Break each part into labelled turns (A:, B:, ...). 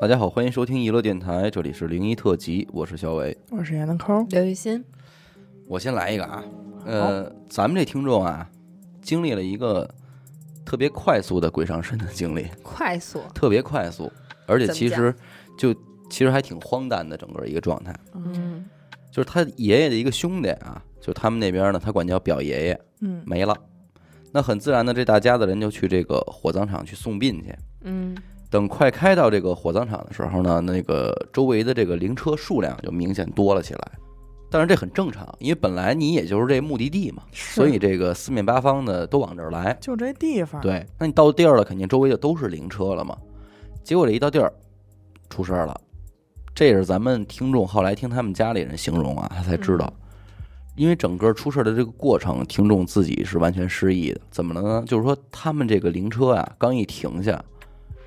A: 大家好，欢迎收听娱乐电台，这里是零一特辑，我是小伟。
B: 我是闫德抠，
C: 刘雨欣，
A: 我先来一个啊，呃，咱们这听众啊，经历了一个特别快速的鬼上身的经 历，
C: 快速，
A: 特别快速，而且
C: 怎么
A: 其实就其实还挺荒诞的整个一个状态。
C: 嗯，
A: 就是他爷爷的一个兄弟啊，就他们那边呢，他管叫表爷爷，
B: 嗯
A: 没了。那很自然的，这大家子人就去这个火葬场去送殡去。
C: 嗯，
A: 等快开到这个火葬场的时候呢，那个周围的这个灵车数量就明显多了起来。但是这很正常，因为本来你也就是这目的地嘛，
B: 是
A: 所以这个四面八方的都往这儿来。
B: 就这地方，，
A: 对，那你到地儿了，肯定周围就都是灵车了嘛。结果这一到地儿，出事儿了。这也是咱们听众后来听他们家里人形容啊，他才知道，因为整个出事儿的这个过程，听众自己是完全失忆的。怎么了呢？就是说他们这个灵车啊，刚一停下，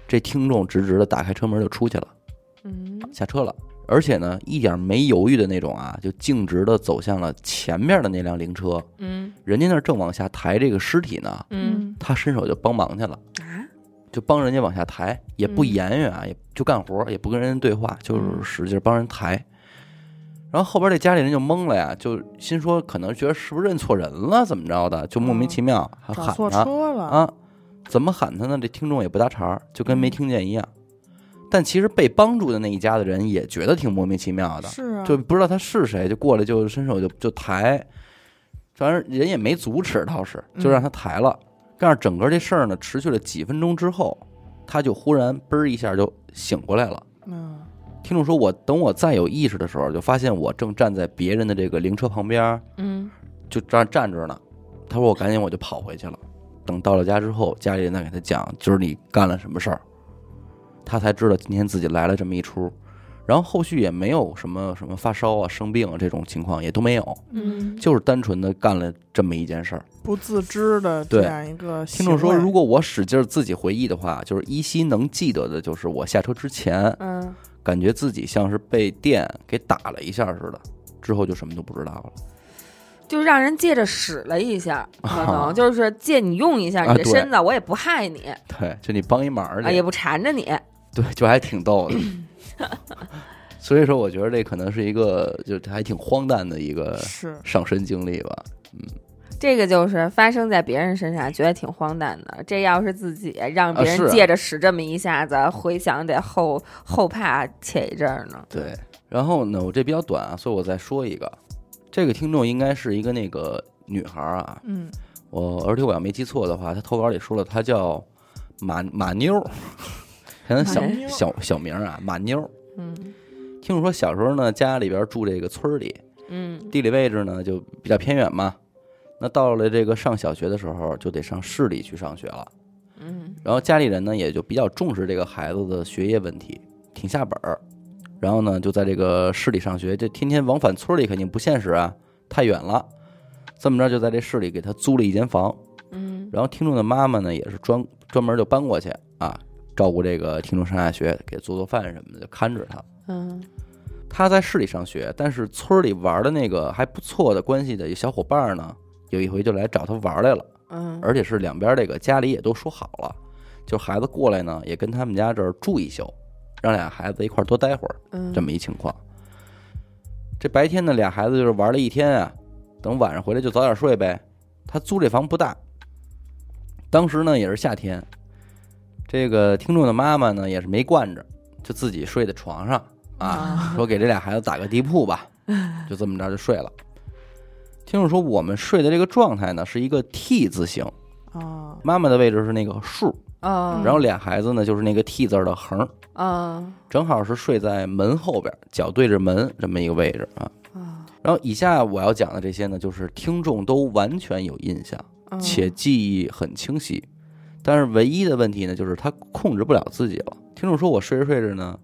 A: 这听众直直的打开车门就出去了，
C: 嗯，
A: 下车了。而且呢，一点没犹豫的那种啊，就径直的走向了前面的那辆灵车。
C: 嗯，
A: 人家那儿正往下抬这个尸体呢，
C: 嗯，
A: 他伸手就帮忙去了。
C: 啊，
A: 就帮人家往下抬，也不
C: 嗯
A: 言语啊，也就干活，也不跟人对话，就是
C: 嗯
A: 使劲帮人抬。然后后边这家里人就懵了呀，就心说可能觉得是不是认错人了，怎么着的，就莫名其妙还
B: 嗯找
A: 啊喊
B: 错
A: 他
B: 车了，
A: 啊，怎么喊他呢？这听众也不搭茬儿，就跟没
B: 嗯
A: 听见一样。但其实被帮助的那一家的人也觉得挺莫名其妙的，
B: 是啊，
A: 就不知道他是谁，就过来就伸手就就抬，反正人也没阻止，倒是就让他抬了。但是整个这事儿呢，持续了几分钟之后，他就忽然嘣儿一下就醒过来了。
B: 嗯
A: 听众说我等我再有意识的时候，就发现我正站在别人的这个灵车旁边儿，
C: 嗯，
A: 就这样站着呢。他说我赶紧我就跑回去了。等到了家之后，家里人再给他讲今儿你干了什么事儿，他才知道今天自己来了这么一出。然后后续也没有什么什么发烧啊、生病啊这种情况也都没有，
C: 嗯，
A: 就是单纯的干了这么一件事儿。
B: 不自知的这
A: 对
B: 样一个
A: 听众说，
B: 行为
A: 如果我使劲儿自己回忆的话，就是依稀能记得的，就是我下车之前
C: 嗯，
A: 感觉自己像是被电给打了一下似的，之后就什么都不知道了。
C: 就让人借着使了一下，可
A: 啊
C: 能就是借你用一下
A: 啊
C: 你的
A: 对
C: 身子，我也不害你，
A: 对，就你帮一忙儿去
C: 啊，也不缠着你，
A: 对，就还挺逗的。所以说，我觉得这可能是一个，就还挺荒诞的一个
B: 是
A: 上身经历吧。
C: 这个就是发生在别人身上，觉得挺荒诞的。这要是自己让别
A: 啊是啊
C: 人借着使这么一下子，回想得后后怕且一阵儿呢。
A: 对，然后呢，我这比较短啊，所以我再说一个。这个听众应该是一个那个女孩儿啊，
B: 嗯
A: 我而且我要没记错的话，她投稿里说了，她叫马马妞儿，可能小
C: 马
B: 妞儿
A: 小小名儿啊，马妞儿。
C: 嗯
A: 听说小时候呢，家里边住这个村儿里，
C: 嗯
A: 地理位置呢就比较偏远嘛。那到了这个上小学的时候，就得上市里去上学了。
C: 嗯
A: 然后家里人呢也就比较重视这个孩子的学业问题，挺下本儿。然后呢就在这个市里上学，这天天往返村里肯定不现实啊，太远了。这么着就在这市里给他租了一间房。
C: 嗯
A: 然后听众的妈妈呢也是专专门就搬过去啊，照顾这个听众上下学，给做做饭什么的，就看着他。
C: 嗯
A: 他在市里上学，但是村里玩的那个还不错的关系的小伙伴呢，有一回就来找他玩来了。
C: 嗯，
A: 而且是两边这个家里也都说好了，就孩子过来呢，也跟他们家这儿住一宿，让俩孩子一块儿多待会儿，
C: 嗯
A: 这么一情况。这白天呢，俩孩子就是玩了一天啊，等晚上回来就早点睡呗。他租这房不大，当时呢也是夏天，这个听众的妈妈呢也是没惯着，就自己睡在床上啊，
C: 啊
A: 说给这俩孩子打个地铺吧，就这么着就睡了。听众说，我们睡的这个状态呢是一个 T 字形，
B: 啊
A: 妈妈的位置是那个竖，
C: 嗯，
A: 然后俩孩子呢就是那个 T 字儿的横，
C: 嗯
A: 正好是睡在门后边，脚对着门这么一个位置啊。
C: 啊，
A: 然后以下我要讲的这些呢，就是听众都完全有印象，
C: 嗯
A: 且记忆很清晰，但是唯一的问题呢，就是他控制不了自己了。听众说我睡着睡着呢，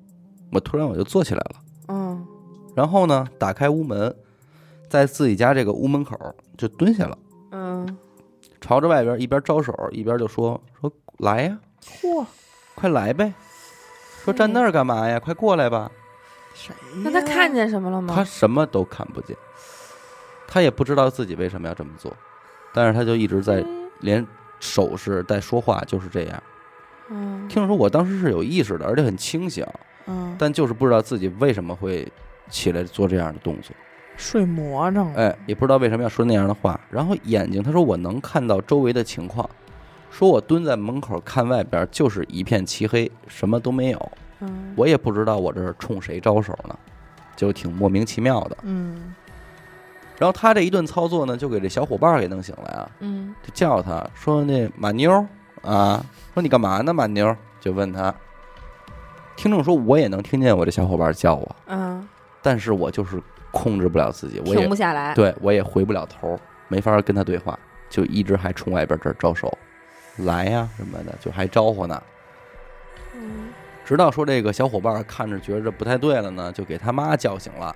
A: 我突然我就坐起来了，
C: 嗯
A: 然后呢打开屋门，在自己家这个屋门口就蹲下了，
C: 嗯
A: 朝着外边一边招手一边就说说来呀、
B: 嚯
A: 快来呗！说站那儿干嘛呀？快过来吧！
B: 谁呀？
C: 那他看见什么了吗？
A: 他什么都看不见，他也不知道自己为什么要这么做，但是他就一直在连手势带说话，就是这样。
C: 嗯
A: 听说我当时是有意识的，而且很清醒，
B: 嗯，
A: 但就是不知道自己为什么会起来做这样的动作，
B: 睡魔怔了，
A: 哎，也不知道为什么要说那样的话。然后眼睛，他说我能看到周围的情况，说我蹲在门口看外边就是一片漆黑，什么都没有，
B: 嗯，
A: 我也不知道我这儿冲谁招手呢，就挺莫名其妙的。
B: 嗯
A: 然后他这一顿操作呢，就给这小伙伴儿给弄醒来啊，
C: 嗯
A: 就叫他说那马妞儿啊，说你干嘛呢，马妞儿？就问他。听众说我也能听见我这小伙伴儿叫我，
C: 嗯，
A: 但是我就是控制不了自己，我
C: 停
A: 也
C: 不下来。
A: 对我也回不了头儿，没法跟他对话，就一直还冲外边这儿招手，来呀、什么的，就还招呼呢。
C: 嗯
A: 直到说这个小伙伴儿看着觉着不太对了呢，就给他妈叫醒了。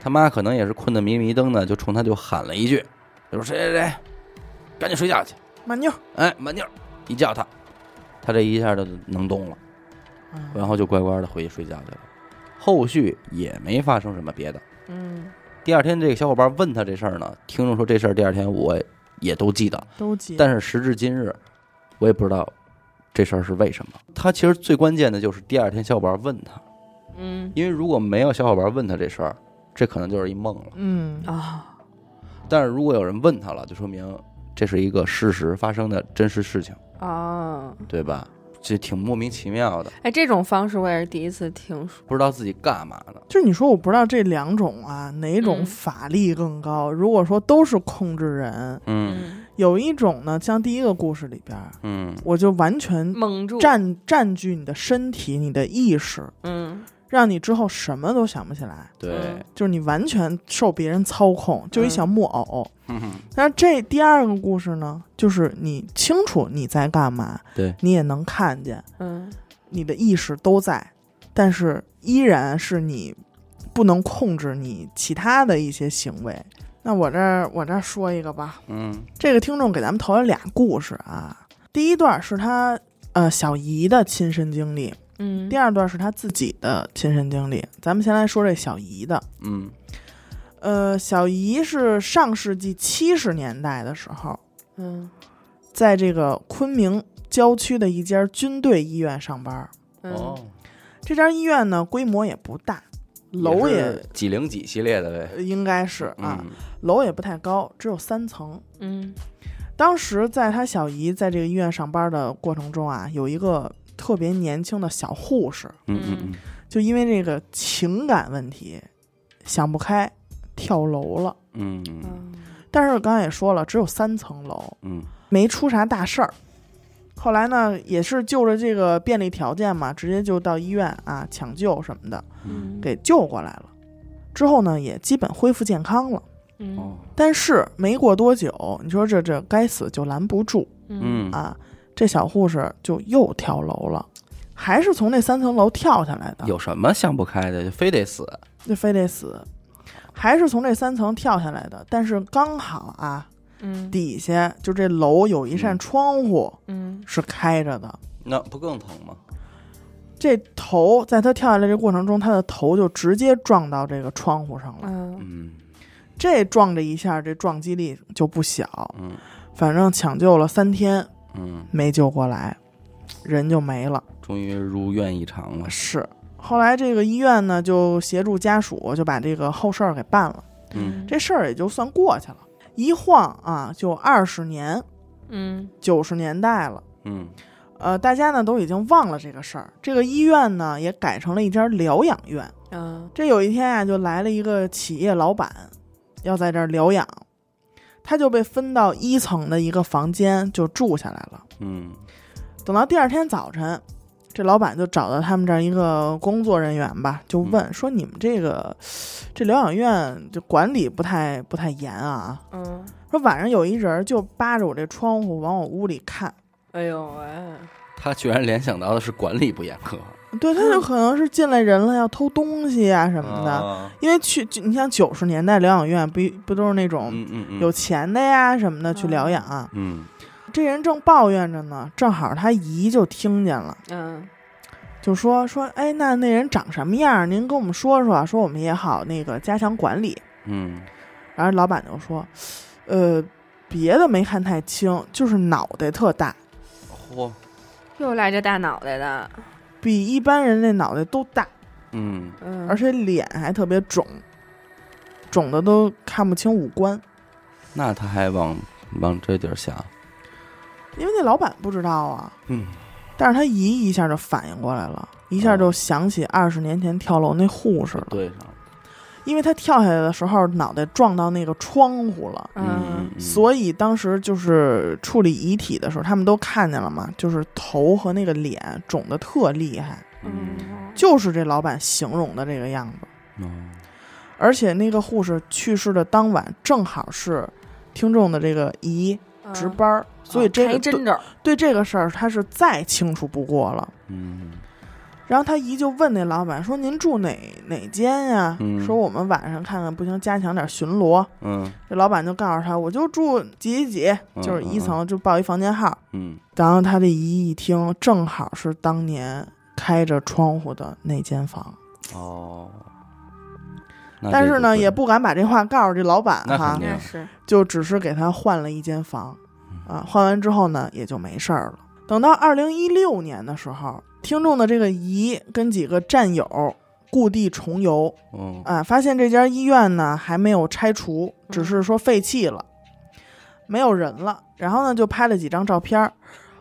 A: 他妈可能也是困得迷迷瞪的，就冲他就喊了一句，就说谁谁谁，赶紧睡觉去！
B: 慢妞，
A: 哎，满妞儿，一叫他，他这一下就能动了，
B: 嗯
A: 然后就乖乖的回去睡觉去了。后续也没发生什么别的。
C: 嗯
A: 第二天这个小伙伴问他这事儿呢，听众说这事儿第二天我也都记得，
B: 都急，
A: 但是时至今日，我也不知道这事儿是为什么。他其实最关键的就是第二天小伙伴问他。
C: 嗯
A: 因为如果没有小伙伴问他这事儿，这可能就是一梦了。
B: 嗯
C: 啊
A: 但是如果有人问他了，就说明这是一个事实发生的真实事情，
C: 哦，
A: 对吧？这挺莫名其妙的，
C: 哎，这种方式我也是第一次听说。
A: 不知道自己干嘛呢。
B: 就是你说我不知道这两种啊，哪种
C: 嗯
B: 法力更高？如果说都是控制人，
A: 嗯
B: 有一种呢，像第一个故事里边儿，
A: 嗯
B: 我就完全
C: 蒙住，
B: 占占据你的身体、你的意识，
C: 嗯
B: 让你之后什么都想不起来，
A: 对，
B: 就是你完全受别人操控，就一
C: 嗯
B: 小木偶。
A: 嗯
B: 那、这第二个故事呢，就是你清楚你在干嘛，
A: 对
B: 你也能看见，
C: 嗯
B: 你的意识都在，但是依然是你不能控制你其他的一些行为。那我这儿我这儿说一个吧，
A: 嗯
B: 这个听众给咱们投了俩故事啊，第一段是他呃小姨的亲身经历，
C: 嗯，
B: 第二段是他自己的亲身经历。咱们先来说这小姨的，
A: 嗯
B: 呃，小姨是上世纪七十年代的时候，
C: 嗯
B: 在这个昆明郊区的一家军队医院上班儿。
C: 嗯
A: 哦，
B: 这家医院呢规模也不大，楼
A: 也
B: 也
A: 是几零几系列的呗。
B: 呃应该是啊，
A: 嗯
B: 楼也不太高，只有三层。
C: 嗯
B: 当时在他小姨在这个医院上班的过程中啊，有一个特别年轻的小护士，
A: 嗯嗯
B: 就因为这个情感问题想不开，跳楼了。
A: 嗯嗯
C: 嗯
B: 但是刚才也说了，只有三层楼，
A: 嗯
B: 没出啥大事儿。后来呢，也是就着这个便利条件嘛，直接就到医院啊抢救什么的，
A: 嗯
B: 给救过来了。之后呢，也基本恢复健康了。
A: 嗯
C: 嗯
A: 哦
B: 但是没过多久，你说这这该死就拦不住
C: 嗯
A: 嗯
B: 啊！这小护士就又跳楼了，还是从那三层楼跳下来的，
A: 有什么想不开的，就非得死？
B: 就非得死，还是从这三层跳下来的。但是刚好啊，
C: 嗯
B: 底下就这楼有一扇
A: 嗯
B: 窗户
C: 嗯
B: 是开着的，
A: 那不更疼吗？
B: 这头在他跳下来这过程中，他的头就直接撞到这个窗户上了。
C: 嗯
A: 嗯
B: 这撞这一下，这撞击力就不小，
A: 嗯
B: 反正抢救了三天
A: 嗯，
B: 没救过来，人就没了。
A: 终于如愿以偿了。
B: 是，后来这个医院呢就协助家属就把这个后事儿给办了，
A: 嗯
B: 这事儿也就算过去了。一晃啊，就二十年，
C: 嗯
B: 九十年代了。
A: 嗯
B: 呃，大家呢都已经忘了这个事儿。这个医院呢也改成了一家疗养院。
C: 嗯
B: 这有一天啊，就来了一个企业老板，要在这儿疗养，他就被分到一层的一个房间就住下来了。
A: 嗯
B: 等到第二天早晨，这老板就找到他们这儿一个工作人员吧，就问说：“你们这个这疗养院就管理不太不太严啊？
C: 嗯，
B: 说晚上有一人就扒着我这窗户往我屋里看，
C: 哎呦喂，
A: 他居然联想到的是管理不严格
B: 对，他就可能是进来人了要偷东西啊什么的。
A: 的，
B: 因为去就你像九十年代疗养院不不都是那种
A: 嗯嗯嗯，
B: 有钱的呀什么的去
C: 嗯
B: 疗养啊、
A: 嗯
B: 这人正抱怨着呢，正好他姨就听见了，
C: 嗯
B: 就说说，哎，那那人长什么样？您跟我们说说，说我们也好那个加强管理。
A: 嗯
B: 然后老板就说，呃，别的没看太清，就是脑袋特大。
A: 嚯，
C: 又来这大脑袋的，
B: 比一般人那脑袋都大，
A: 嗯，
C: 嗯，
B: 而且脸还特别肿，肿的都看不清五官。
A: 那他还往往这地儿想，
B: 因为那老板不知道啊，
A: 嗯，
B: 但是他姨一下就反应过来了，一下
C: 哦
B: 就想起二十年前跳楼那护士了，
A: 对上了，
B: 因为他跳下来的时候脑袋撞到那个窗户了。
C: 嗯，
B: 所以当时就是处理遗体的时候，他们都看见了嘛，就是头和那个脸肿得特厉害，
A: 嗯
B: 就是这老板形容的这个样子。
A: 嗯
B: 而且那个护士去世的当晚，正好是听众的这个姨
C: 嗯
B: 值班儿，所以这
C: 还
B: 个对
C: 真着，
B: 对这个事儿他是再清楚不过了。
A: 嗯
B: 然后他姨就问那老板说：“您住哪哪间呀、
A: 嗯
B: 说我们晚上看看，不行加强点巡逻。
A: 嗯
B: 这老板就告诉他：“我就住几几几，
A: 嗯
B: 就是一层，就报一房间号。
A: 嗯
B: 然后他这姨一听，正好是当年开着窗户的那间房，
A: 哦，
B: 但是呢，也不敢把这话告诉这老板
A: 那
B: 哈
A: 肯，定
C: 那是
B: 就只是给他换了一间房，
A: 嗯
B: 啊，换完之后呢，也就没事儿了。等到二零一六年的时候，听众的这个姨跟几个战友故地重游
A: 嗯
B: 啊，发现这家医院呢还没有拆除，只是说废弃了，没有人了。然后呢，就拍了几张照片儿。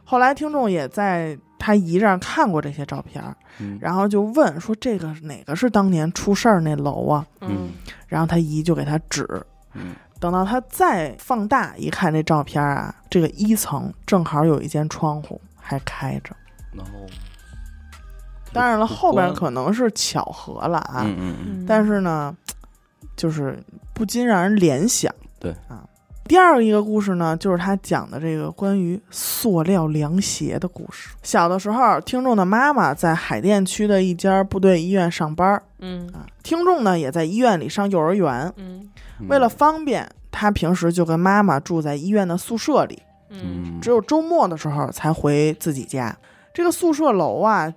B: 后来听众也在他姨这儿看过这些照片儿，
A: 嗯
B: 然后就问说这个哪个是当年出事儿那楼啊？
A: 嗯
B: 然后他姨就给他指，
A: 嗯
B: 等到他再放大一看这照片啊，这个一层正好有一间窗户还开着。
A: 然后，
B: 当然了，
A: 不
B: 后边
A: 关
B: 可能是巧合了啊，
A: 嗯嗯嗯，
B: 但是呢，就是不禁让人联想。
A: 对
B: 啊，第二一个故事呢，就是他讲的这个关于塑料凉鞋的故事。小的时候，听众的妈妈在海淀区的一家部队医院上班儿
C: 嗯
B: 啊，听众呢也在医院里上幼儿园。
C: 嗯
A: 嗯
B: 为了方便，他平时就跟妈妈住在医院的宿舍里，
C: 嗯
A: 嗯
B: 只有周末的时候才回自己家。这个宿舍楼啊，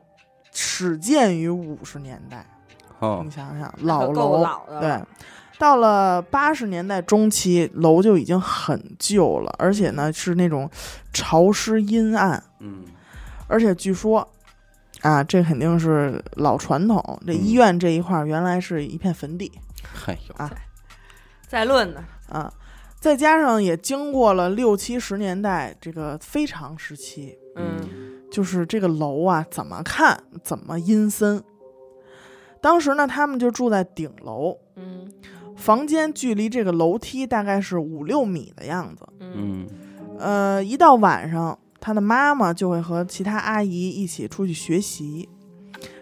B: 始建于五十年代，
A: 哦
B: 你想想，
C: 可
B: 老
C: 够
B: 楼，
C: 老的了，
B: 对，到了八十年代中期，楼就已经很旧了，而且呢是那种潮湿阴暗，
A: 嗯
B: 而且据说，啊，这肯定是老传统，这
A: 嗯
B: 医院这一块儿原来是一片坟地
A: 嘿
C: 再论呢，
B: 啊，再加上也经过了六七十年代这个非常时期，
C: 嗯
B: 就是这个楼啊，怎么看怎么阴森。当时呢，他们就住在顶楼，
C: 嗯
B: 房间距离这个楼梯大概是五六米的样子。
C: 嗯
A: 嗯
B: 呃，一到晚上，他的妈妈就会和其他阿姨一起出去学习。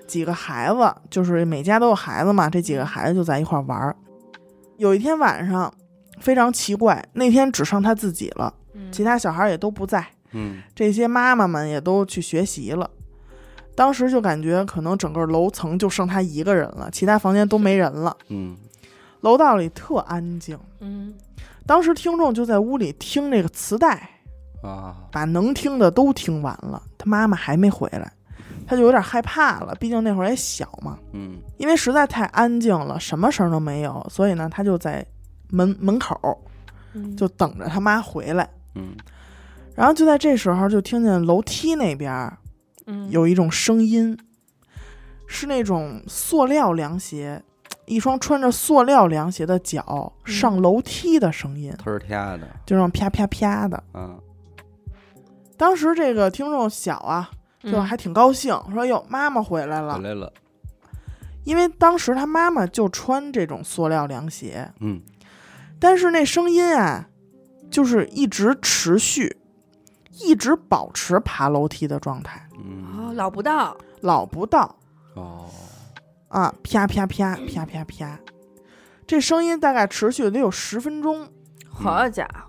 B: 几个孩子，就是每家都有孩子嘛，这几个孩子就在一块儿玩儿。有一天晚上，非常奇怪，那天只剩他自己了，
C: 嗯，
B: 其他小孩儿也都不在，
A: 嗯
B: 这些妈妈们也都去学习了。当时就感觉可能整个楼层就剩他一个人了，其他房间都没人了，
A: 嗯
B: 楼道里特安静。
C: 嗯
B: 当时听众就在屋里听这个磁带，
A: 啊
B: 把能听的都听完了，他妈妈还没回来，他就有点害怕了，毕竟那会儿也小嘛。
A: 嗯
B: 因为实在太安静了，什么声都没有，所以呢，他就在门门口
C: 嗯
B: 就等着他妈回来。
A: 嗯
B: 然后就在这时候，就听见楼梯那边
C: 嗯
B: 有一种声音，是那种塑料凉鞋，一双穿着塑料凉鞋的脚
C: 嗯
B: 上楼梯的声音，
A: 忒儿天的
B: 就那种啪啪啪的。
A: 啊
B: 当时这个听众小啊，就
C: 嗯
B: 还挺高兴，说哟，妈妈回来了
A: 回。来了
B: 因为当时他妈妈就穿这种塑料凉鞋，
A: 嗯
B: 但是那声音啊，就是一直持续，一直保持爬楼梯的状态，
C: 哦
A: 嗯
C: 老不到，
B: 老不到
A: 哦
B: 啊，啪啪啪啪啪啪，这声音大概持续得有十分钟，
C: 好家伙，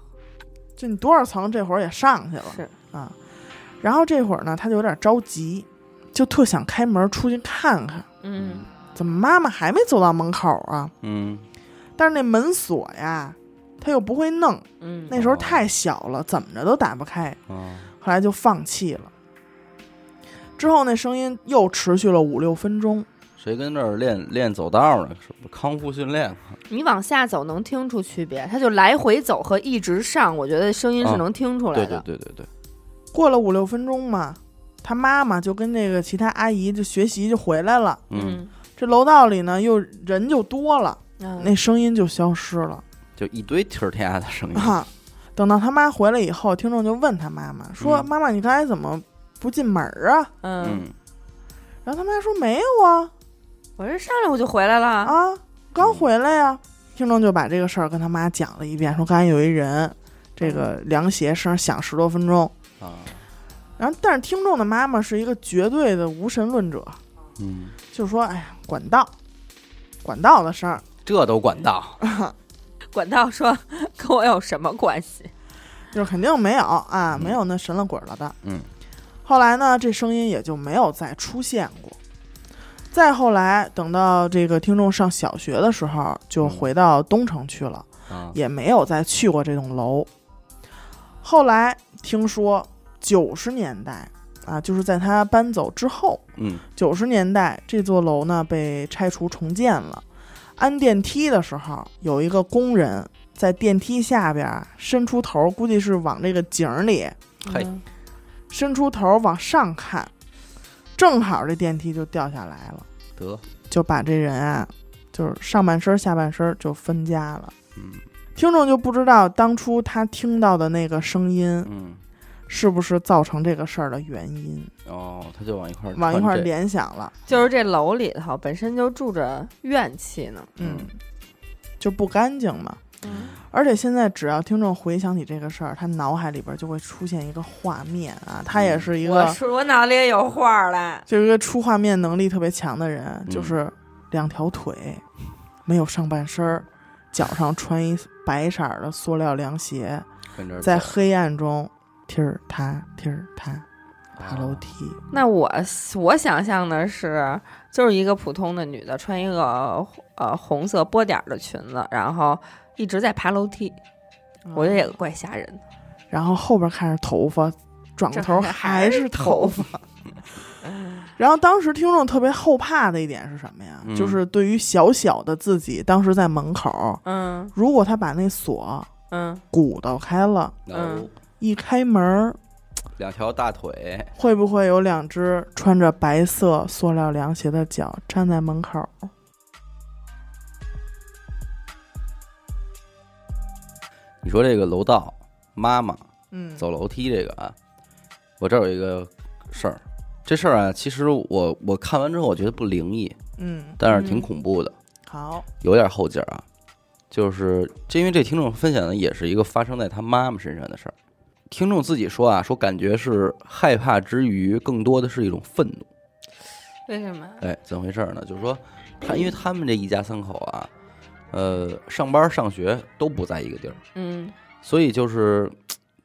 B: 就你多少层这会儿也上去了
C: 是
B: 啊。然后这会儿呢，他就有点着急，就特想开门出去看看，
C: 嗯
B: 怎么妈妈还没走到门口啊？
A: 嗯
B: 但是那门锁呀，他又不会弄，
C: 嗯，
B: 那时候太小了，怎么着都打不开，
A: 啊
B: 后来就放弃了。之后那声音又持续了五六分钟，
A: 谁跟这儿练练走道呢？是不是康复训练？
C: 你往下走能听出区别，它就来回走和一直上，我觉得声音是
A: 啊
C: 能听出来
A: 对
C: 的。
A: 对对对对，
B: 过了五六分钟嘛，他妈妈就跟那个其他阿姨就学习就回来了。
A: 嗯，
B: 这楼道里呢又人就多了，
C: 嗯，
B: 那声音就消失了
A: 就一堆踢儿天的声音，
B: 啊。等到他妈回来以后，听众就问他妈妈说：“
A: 嗯
B: 妈妈，你刚才怎么不进门儿啊
C: 嗯，
A: 嗯，？”
B: 然后他妈说：“没有啊，
C: 我这上来我就回来了，
B: 啊，
A: 嗯
B: 刚回来呀、听众就把这个事儿跟他妈讲了一遍，说刚才有一人，这个
A: 嗯
B: 凉鞋声响十多分钟。
A: 啊，
B: 然后，但是听众的妈妈是一个绝对的无神论者，
A: 嗯，
B: 就说：“哎呀，管道，管道的事儿。
A: 这都管道，
C: 管道说跟我有什么关系？”
B: 就是肯定没有啊，
A: 嗯
B: 没有那神了鬼了的。
A: 嗯，
B: 后来呢，这声音也就没有再出现过。再后来，等到这个听众上小学的时候，就
A: 嗯
B: 回到东城去了。
A: 啊，
B: 也没有再去过这栋楼。后来听说九十年代啊，就是在他搬走之后，
A: 嗯，
B: 九十年代这座楼呢被拆除重建了。安电梯的时候，有一个工人在电梯下边伸出头，估计是往这个井儿里
A: 嘿
C: 嗯
B: 伸出头往上看，正好这电梯就掉下来了，
A: 得，
B: 就把这人啊，就是上半身儿下半身儿就分家了。
A: 嗯
B: 听众就不知道当初他听到的那个声音
A: 嗯，
B: 是不是造成这个事儿的原因，
A: 哦，他就往一块儿
B: 往一
A: 穿
B: 块儿
A: 这，
B: 联想了，
C: 就是这楼里头本身就住着怨气呢，
B: 嗯，就不干净嘛。
C: 嗯
B: 而且现在只要听众回想起这个事儿，他脑海里边就会出现一个画面啊，他
A: 嗯
B: 也是一
C: 我
B: 个，
C: 说我脑里也有画了，
B: 就是一个出画面能力特别强的人，
A: 嗯
B: 就是两条腿，没有上半身儿，脚上穿一白色儿的塑料凉鞋，
A: 跟这儿
B: 在
A: 走
B: 黑暗中踢儿踏踢儿踏爬楼，
A: 啊
B: 梯。
C: 那我我想象的是，就是一个普通的女的，穿一个呃红色波点儿的裙子，然后一直在爬楼梯，我觉得也怪吓人的。
B: 然后后边看是头发，转过头
C: 这还
B: 还是头发。然后当时听众特别后怕的一点是什么呀？
A: 嗯
B: 就是对于小小的自己，当时在门口，
C: 嗯
B: 如果他把那锁
C: 嗯，
B: 鼓捣开了，
A: 然后
B: 一开门儿，
A: 啊两条大腿，
B: 会不会有两只穿着白色塑料凉鞋的脚站在门口？
A: 你说这个楼道，妈妈
B: 嗯，
A: 走楼梯这个啊，我这儿有一个事儿，这事儿啊，其实我我看完之后我觉得不灵异，
B: 嗯，
A: 但是挺
C: 嗯
A: 恐怖的，
B: 好，
A: 有点后劲儿啊。就是这，因为这听众分享的也是一个发生在他妈妈身上的事儿。听众自己说啊，说感觉是害怕之余，更多的是一种愤怒。
C: 为什么？
A: 哎，怎么回事儿呢？就是说，他因为他们这一家三口啊，呃，上班上学都不在一个地儿，
C: 嗯
A: 所以就是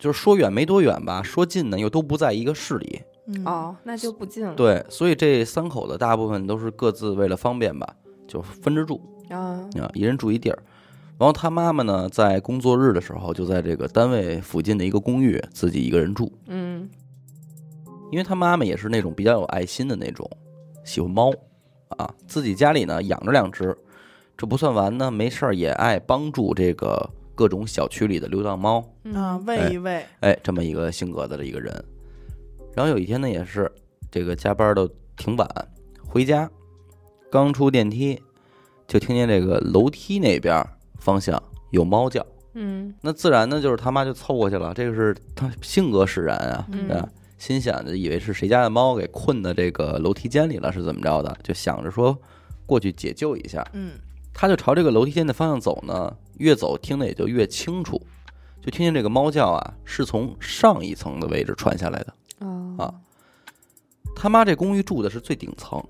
A: 就是说远没多远吧，说近呢又都不在一个市里。
B: 嗯，
C: 哦，那就不近了。
A: 对，所以这三口子大部分都是各自为了方便吧，就分着住
C: 啊，
A: 啊，一人住一地儿。然后他妈妈呢，在工作日的时候就在这个单位附近的一个公寓自己一个人住，
C: 嗯
A: 因为他妈妈也是那种比较有爱心的那种，喜欢猫啊，自己家里呢养着两只，这不算完呢，没事儿也爱帮助这个各种小区里的流浪猫，
C: 嗯
B: 啊，喂一喂，
A: 哎，这么一个性格的一个人。然后有一天呢，也是这个加班都挺晚，回家刚出电梯，就听见这个楼梯那边方向有猫叫，
C: 嗯
A: 那自然呢就是他妈就凑过去了，这个是他性格使然啊，
C: 嗯
A: 啊，心想着以为是谁家的猫给困到这个楼梯间里了，是怎么着的，就想着说过去解救一下。
B: 嗯
A: 他就朝这个楼梯间的方向走呢，越走听得也就越清楚，就听见这个猫叫啊，是从上一层的位置传下来的。
C: 哦
A: 啊他妈这公寓住的是最顶层，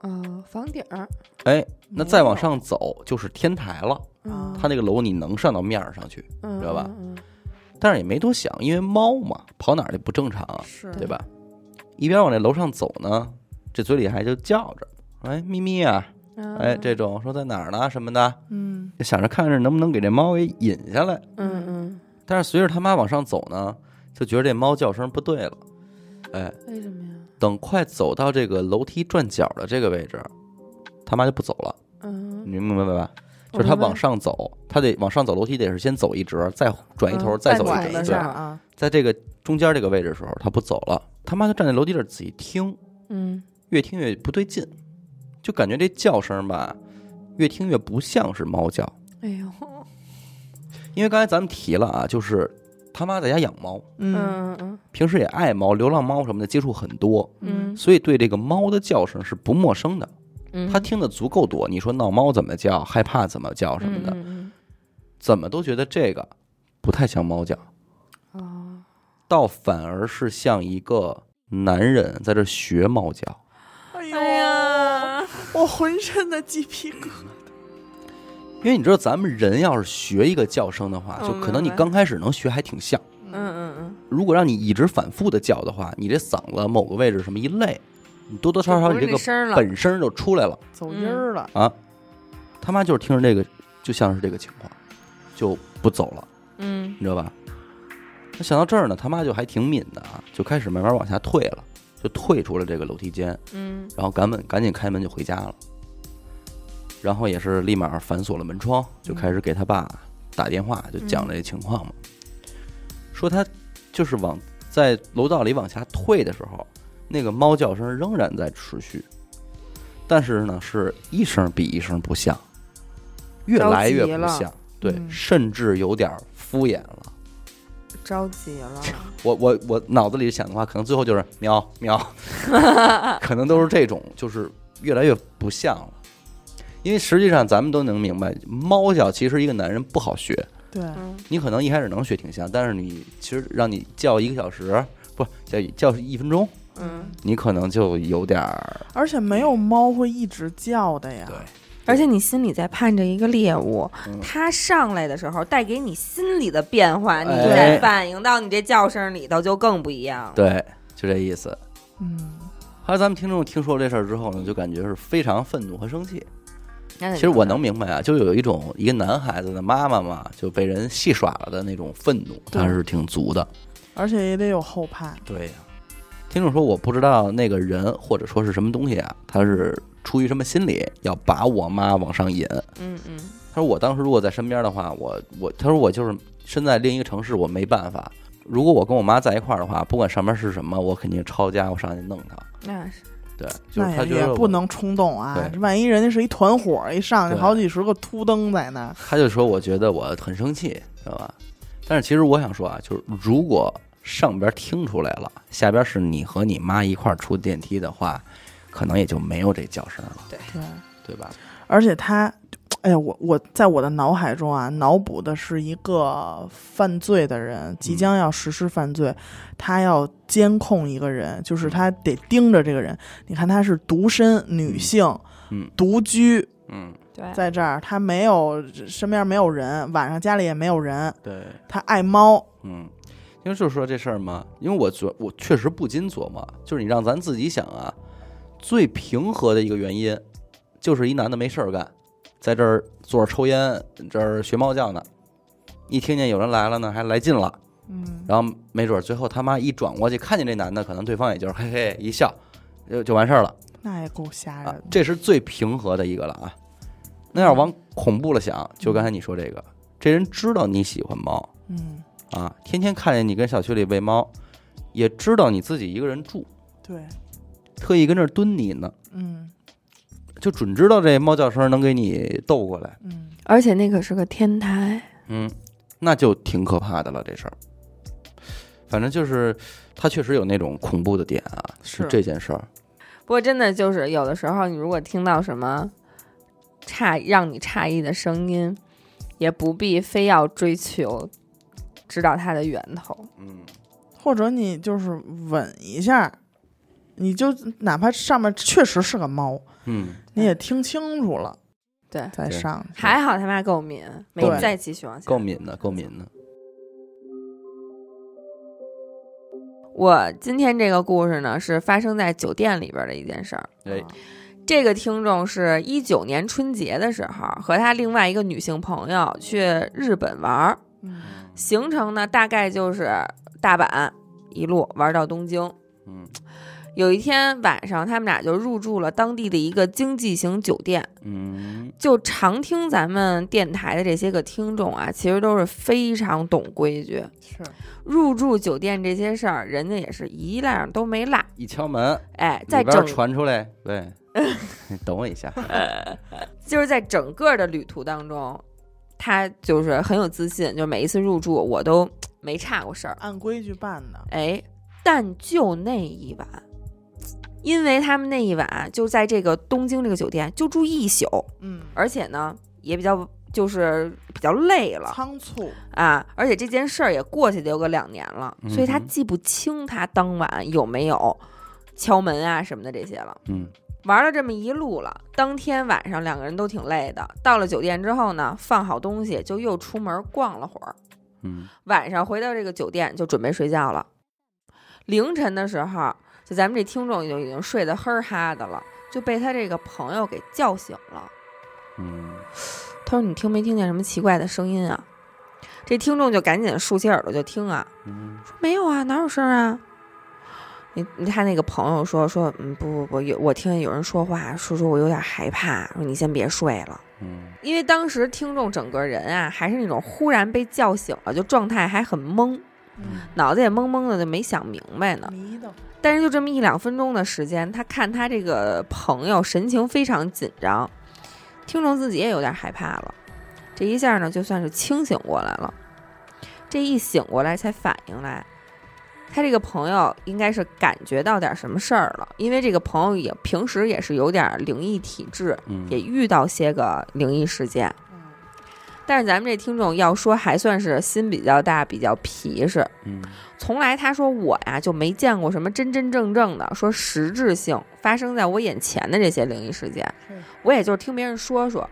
C: 哦，房顶儿。
A: 哎，那再往上走就是天台了。
C: 嗯
A: 他那个楼你能上到面儿上去，
C: 嗯
A: 知道吧
C: 嗯
A: 但是也没多想，因为猫嘛，跑哪儿去不正常
C: 嗯
A: 啊，
B: 是
A: 对吧？一边往这楼上走呢，这嘴里还就叫着，哎，咪咪啊，
C: 嗯
A: 哎，这种说在哪儿呢什么的，
B: 嗯
A: 就想着看着能不能给这猫给引下来。
C: 嗯嗯，
A: 但是随着他妈往上走呢，就觉得这猫叫声不对了。哎，
C: 嗯为什么呀？
A: 等快走到这个楼梯转角的这个位置，他妈就不走了，
C: 嗯，
A: 你明白吧？就是他
B: 我明白
A: 往上走，他得往上走楼梯，得是先走一折，再转一头，
B: 嗯
A: 再走
B: 拐
A: 一
C: 转
A: 折。对
B: 一下啊，
A: 在这个中间这个位置的时候，他不走了，他妈就站在楼梯这儿仔细听，
C: 嗯
A: 越听越不对劲，就感觉这叫声吧，越听越不像是猫叫。
C: 哎呦，
A: 因为刚才咱们提了啊，就是他妈在家养猫，
B: 嗯
C: 嗯嗯
A: 平时也爱猫，流浪猫什么的接触很多，
C: 嗯
A: 所以对这个猫的叫声是不陌生的。
C: 嗯，
A: 他听的足够多，你说闹猫怎么叫，害怕怎么叫什么的，
C: 嗯
A: 怎么都觉得这个不太像猫叫，
C: 嗯嗯
A: 倒反而是像一个男人在这学猫叫。
B: 哎
C: 哦
B: 呦
C: 哎呀，
B: 我浑身的鸡皮疙瘩。
A: 因为你知道，咱们人要是学一个叫声的话，
C: 嗯
A: 就可能你
C: 明白
A: 刚开始能学还挺像，
C: 嗯嗯
A: 如果让你一直反复的叫的话，你这嗓子某个位置什么一累，你多多少少
C: 嗯，
A: 你这个
C: 声儿了，
A: 本声就出来了。
B: 走音儿了，
A: 啊，他妈就是听着这个，就像是这个情况，就不走了，
C: 嗯
A: 你知道吧？那想到这儿呢，他妈就还挺敏的啊，就开始慢慢往下退了，就退出了这个楼梯间，
C: 嗯
A: 然后赶紧赶紧开门就回家了，然后也是立马反锁了门窗，就开始给他爸打电话，就讲这
C: 嗯
A: 个情况嘛，说他就是往在楼道里往下退的时候，那个猫叫声仍然在持续，但是呢是一声比一声不像，越来越不
C: 着急
A: 像
C: 了，
A: 对，
B: 嗯
A: 甚至有点敷衍了。
C: 着急了，
A: 我我我脑子里想的话，可能最后就是喵喵，可能都是这种，就是越来越不像了。因为实际上咱们都能明白，猫叫其实一个男人不好学，
B: 对，
C: 嗯
A: 你可能一开始能学挺像，但是你其实让你叫一个小时，不叫叫一分钟，
C: 嗯，
A: 你可能就有点儿
B: 而且没有猫会一直叫的呀。
C: 而且你心里在盼着一个猎物
A: 嗯，
C: 它上来的时候带给你心理的变化，你
A: 哎
C: 再反映到你这叫声里头就更不一样了。
A: 对，就这意思。
B: 嗯，
A: 后来咱们听众听说这事儿之后呢，就感觉是非常愤怒和生气。
C: 那
B: 嗯
C: 得
A: 其实我能明白啊，就有一种一个男孩子的妈妈嘛，就被人戏耍了的那种愤怒，
B: 对
A: 他是挺足的。
B: 而且也得有后怕。
A: 对呀、听众说我不知道那个人或者说是什么东西啊，他是出于什么心理要把我妈往上引？
C: 嗯嗯
A: 他说我当时如果在身边的话，我我他说我就是身在另一个城市，我没办法。如果我跟我妈在一块儿的话，不管上面是什么，我肯定抄家，我上去弄他。，
C: 那是
A: 对，就
B: 那
A: 是他
B: 也
A: 觉得
B: 也
A: 我
B: 不能冲动啊！
A: 对
B: 这万一人家是一团伙，一上去
A: 对
B: 好几十个秃灯在那儿，
A: 他就说我觉得我很生气，知道吧？但是其实我想说啊，就是如果上边听出来了，下边是你和你妈一块儿出电梯的话，可能也就没有这叫声了，
B: 对，
A: 对吧？
B: 而且他，哎呀，我我在我的脑海中啊，脑补的是一个犯罪的人
A: 嗯
B: 即将要实施犯罪，他要监控一个人，
A: 嗯
B: 就是他得盯着这个人。你看他是独身女性，
A: 嗯
B: 独居
A: 嗯，
C: 对，
B: 在这儿，他没有身边没有人，晚上家里也没有人，
A: 对，
B: 他爱猫，
A: 嗯，因为就是说这事儿嘛，因为我觉我确实不禁琢磨，就是你让咱自己想啊，最平和的一个原因，就是一男的没事儿干，在这儿坐着抽烟，这儿学猫叫呢，一听见有人来了呢，还来劲了。
B: 嗯，
A: 然后没准儿最后他妈一转过去看见这男的，可能对方也就是嘿嘿一笑，就就完事儿了
B: 那也够吓人
A: 啊
B: 的。。
A: 这是最平和的一个了啊。那要往恐怖了想，就刚才你说这个，这人知道你喜欢猫
B: 嗯，
A: 啊，天天看见你跟小区里喂猫，也知道你自己一个人住，
B: 对，
A: 特意跟这儿蹲你呢，
B: 嗯
A: 就准知道这猫叫声能给你逗过来，
B: 嗯，
C: 而且那可是个天台，
A: 嗯，那就挺可怕的了这事儿。反正就是，他确实有那种恐怖的点啊，
B: 是
A: 这件事儿，
C: 不过真的就是有的时候，你如果听到什么诧让你诧异的声音，也不必非要追求知道它的源头。
A: 嗯。
B: 或者你就是吻一下，你就哪怕上面确实是个猫，
A: 嗯，
B: 你也听清楚了
C: 对，
B: 再
A: 对
B: 上去。
C: 还好他妈够敏，没
A: 够敏
C: 再继续往下。
A: 够敏的，够敏的。
C: 我今天这个故事呢，是发生在酒店里边的一件事儿。
A: 哎，
C: 这个听众是一九年春节的时候，和他另外一个女性朋友去日本玩儿，
B: 嗯
C: 行程呢大概就是大阪一路玩到东京。
A: 嗯
C: 有一天晚上，他们俩就入住了当地的一个经济型酒店。
A: 嗯，
C: 就常听咱们电台的这些个听众啊，其实都是非常懂规矩。
B: 是
C: 入住酒店这些事儿，人家也是一样都没落。
A: 一敲门，
C: 哎，在
A: 里边
C: 整
A: 传出来，对，你等我一下，
C: 就是在整个的旅途当中，他就是很有自信，就每一次入住我都没差过事儿。
B: 按规矩办的，
C: 哎，但就那一晚，因为他们那一晚啊就在这个东京这个酒店就住一宿，
B: 嗯，
C: 而且呢也比较就是比较累了
B: 仓促，
C: 啊，而且这件事儿也过去得有个两年了，所以他
A: 嗯哼
C: 记不清他当晚有没有敲门啊什么的这些了。
A: 嗯
C: 玩了这么一路了，当天晚上两个人都挺累的。到了酒店之后呢，放好东西就又出门逛了会儿。
A: 嗯
C: 晚上回到这个酒店就准备睡觉了。凌晨的时候，就咱们这听众就已经睡得哼哈的了，就被他这个朋友给叫醒了。
A: 嗯，
C: 他说：“你听没听见什么奇怪的声音啊？”这听众就赶紧竖起耳朵就听啊，
A: 嗯
C: 说：“没有啊，哪有声儿啊？”你你他那个朋友说说，嗯，不不不，有我听见有人说话，说说我有点害怕，说你先别睡了。
A: 嗯
C: 因为当时听众整个人啊，还是那种忽然被叫醒了，就状态还很懵，
B: 嗯，
C: 脑子也懵懵的，就没想明白呢。
B: 迷的，
C: 但是就这么一两分钟的时间，他看他这个朋友神情非常紧张，听众自己也有点害怕了。这一下呢，就算是清醒过来了。这一醒过来才反应来，他这个朋友应该是感觉到点什么事儿了，因为这个朋友也平时也是有点灵异体质，
A: 嗯，
C: 也遇到些个灵异事件。
B: 嗯，
C: 但是咱们这听众要说还算是心比较大，比较皮实，
A: 嗯
C: 从来他说我呀就没见过什么真真正正的说实质性发生在我眼前的这些灵异事件
B: 是，
C: 我也就是听别人说说，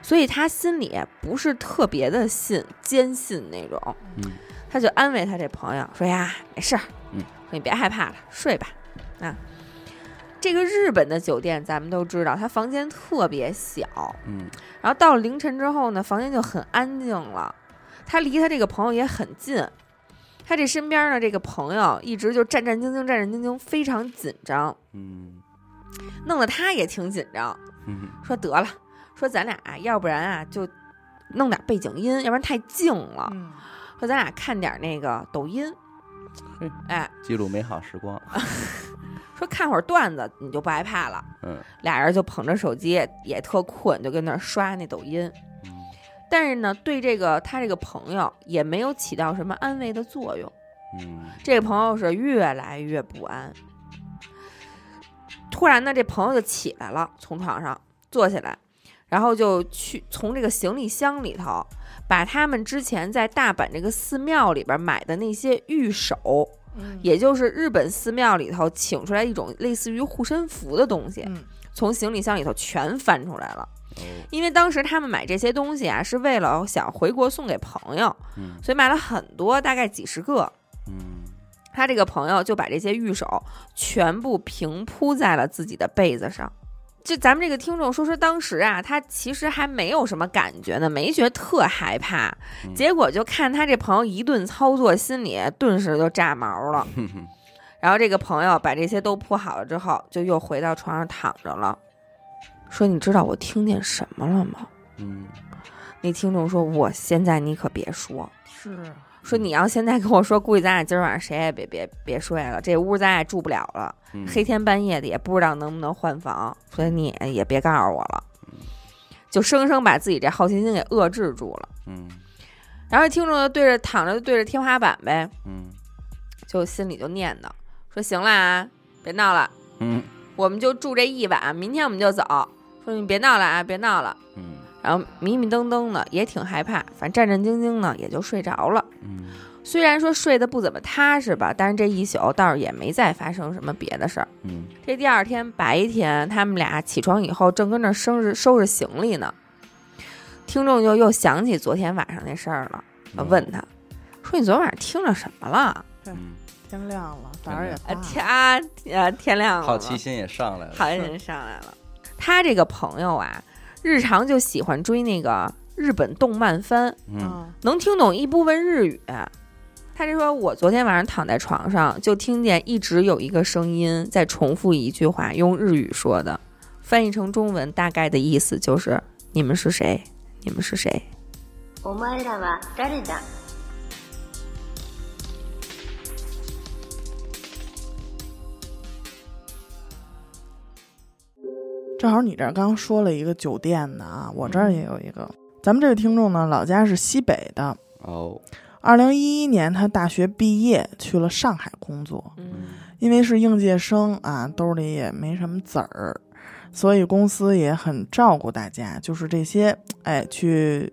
C: 所以他心里不是特别的信坚信那种，
A: 嗯
C: 他就安慰他这朋友说呀没事儿，
A: 嗯，
C: 你别害怕了，睡吧，啊。这个日本的酒店咱们都知道，它房间特别小，
A: 嗯
C: 然后到了凌晨之后呢，房间就很安静了。他离他这个朋友也很近，他这身边呢这个朋友一直就战战兢兢、战战兢兢，非常紧张，
A: 嗯
C: 弄得他也挺紧张。
A: 嗯
C: 说得了，说咱俩啊、要不然啊就弄点背景音，要不然太静了。
B: 嗯，
C: 说咱俩看点那个抖音
A: 嘿，
C: 哎，
A: 记录美好时光，
C: 说看会儿段子，你就不害怕了。
A: 嗯
C: 俩人就捧着手机，也特困，就跟那儿刷那抖音。
A: 嗯
C: 但是呢，对这个他这个朋友也没有起到什么安慰的作用。
A: 嗯
C: 这个朋友是越来越不安。突然呢，这朋友就起来了，从床上坐起来，然后就去从这个行李箱里头把他们之前在大阪这个寺庙里边买的那些玉手，
B: 嗯，
C: 也就是日本寺庙里头请出来一种类似于护身符的东西，
B: 嗯，
C: 从行李箱里头全翻出来了。
A: 哦
C: 因为当时他们买这些东西啊，是为了想回国送给朋友，
A: 嗯
C: 所以买了很多，大概几十个。
A: 嗯
C: 他这个朋友就把这些玉手全部平铺在了自己的被子上。就咱们这个听众说说当时啊，他其实还没有什么感觉呢，没觉得特害怕。
A: 嗯
C: 结果就看他这朋友一顿操作，心里顿时就炸毛了。
A: 哼哼
C: 然后这个朋友把这些都铺好了之后，就又回到床上躺着了，说：“你知道我听见什么了吗？”
A: 嗯
C: 那听众说：“我现在你可别说，
B: 是，
C: 说你要现在跟我说，估计咱俩今儿晚上谁也别别别睡了，这屋咱俩住不了了，
A: 嗯
C: 黑天半夜的也不知道能不能换房，所以你也别告诉我了。”就生生把自己这好奇心给遏制住了。
A: 嗯
C: 然后听众就对着躺着就对着天花板呗，
A: 嗯
C: 就心里就念叨说：“行了啊，别闹了，
A: 嗯
C: 我们就住这一晚，明天我们就走。”说你别闹了啊，别闹了。
A: 嗯
C: 然后迷迷瞪瞪的也挺害怕，反正战战兢兢呢也就睡着了。
A: 嗯
C: 虽然说睡得不怎么踏实吧，但是这一宿倒是也没再发生什么别的事儿。
A: 嗯
C: 这第二天白天，他们俩起床以后，正跟那儿收拾收拾行李呢，听众就又想起昨天晚上那事儿了，就
A: 嗯
C: 啊问他说：“你昨天晚上听着什么了
A: 嗯
B: 天亮了，胆儿也
A: 天
C: 啊？”
B: 大，
C: 天啊，呃，天亮了，
A: 好奇，心也上来了，
C: 好奇心上来了。他这个朋友啊，日常就喜欢追那个日本动漫番，
A: 嗯
B: 啊，
C: 能听懂一部分日语。啊他就说：“我昨天晚上躺在床上，就听见一直有一个声音在重复一句话，用日语说的，翻译成中文大概的意思就是：你们是谁？你们是谁？
D: お前らは誰だ
B: 正好你这儿刚说了一个酒店的啊，我
C: 嗯
B: 这儿也有一个。咱们这位听众呢，老家是西北的，
A: 哦，
B: 二零一一年他大学毕业去了上海工作，
C: 嗯，
B: 因为是应届生啊，兜里也没什么子儿，所以公司也很照顾大家，就是这些哎去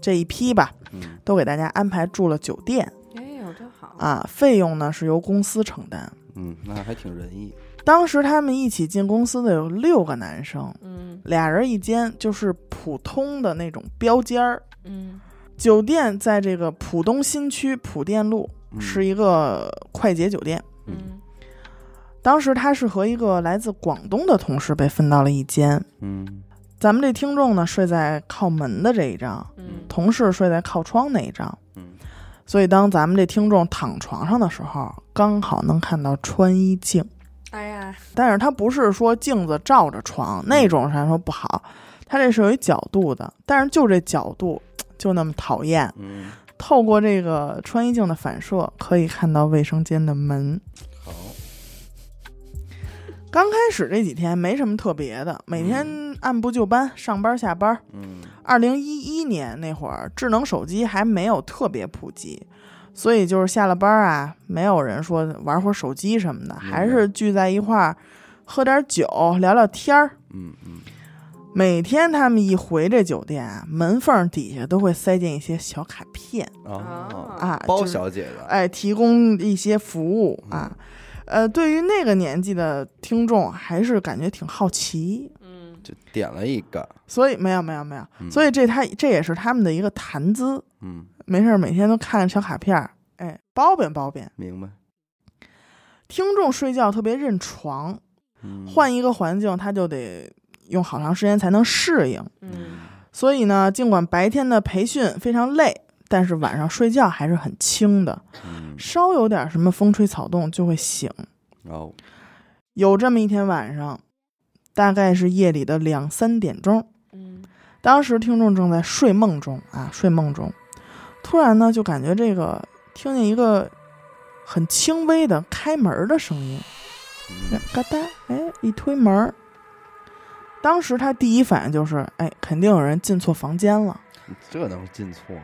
B: 这一批吧，
A: 嗯，
B: 都给大家安排住了酒店
C: 哎呦，真好！
B: 啊，费用呢是由公司承担。
A: 嗯，那还挺仁义，
B: 当时他们一起进公司的有六个男生，
C: 嗯
B: 俩人一间，就是普通的那种标间儿。
C: 嗯
B: 酒店在这个浦东新区浦店路，
A: 嗯
B: 是一个快捷酒店。
A: 嗯
C: 嗯
B: 当时他是和一个来自广东的同事被分到了一间。
A: 嗯
B: 咱们这听众呢睡在靠门的这一张，
C: 嗯
B: 同事睡在靠窗那一张。
A: 嗯，
B: 所以当咱们这听众躺床上的时候，刚好能看到穿衣镜。
C: 哎呀，
B: 但是它不是说镜子照着床
A: 嗯
B: 那种，咱说不好，它这是有一角度的，但是就这角度就那么讨厌。
A: 嗯，
B: 透过这个穿衣镜的反射，可以看到卫生间的门。
A: 好，
B: 刚开始这几天没什么特别的，每天按部就班上班下班。
A: 嗯
B: 二零一一年那会儿，智能手机还没有特别普及，所以就是下了班啊，没有人说玩会儿手机什么的，
A: 白
B: 还是聚在一块儿喝点酒聊聊天儿。
A: 嗯嗯，
B: 每天他们一回这酒店啊，门缝底下都会塞进一些小卡片，
A: 哦，
B: 啊
A: 包
B: 就是
A: 小姐的，
B: 哎，提供一些服务
A: 嗯
B: 啊。呃，对于那个年纪的听众，还是感觉挺好奇，
C: 嗯
A: 就点了一个，
B: 所以没有没有没有，
A: 嗯
B: 所以这他这也是他们的一个谈资。
A: 嗯，
B: 没事儿，每天都看看小卡片儿，哎，包贬包贬。
A: 明白，
B: 听众睡觉特别认床，
A: 嗯，
B: 换一个环境他就得用好长时间才能适应。
C: 嗯
B: 所以呢，尽管白天的培训非常累，但是晚上睡觉还是很轻的，
A: 嗯，
B: 稍有点什么风吹草动就会醒。
A: 哦，
B: 有这么一天晚上，大概是夜里的两三点钟，
C: 嗯
B: 当时听众正在睡梦中啊，睡梦中，突然呢就感觉这个听见一个很轻微的开门的声音，
A: 嗯
B: 嘎哒，哎，一推门儿。当时他第一反应就是，哎，肯定有人进错房间了。
A: 这能进错？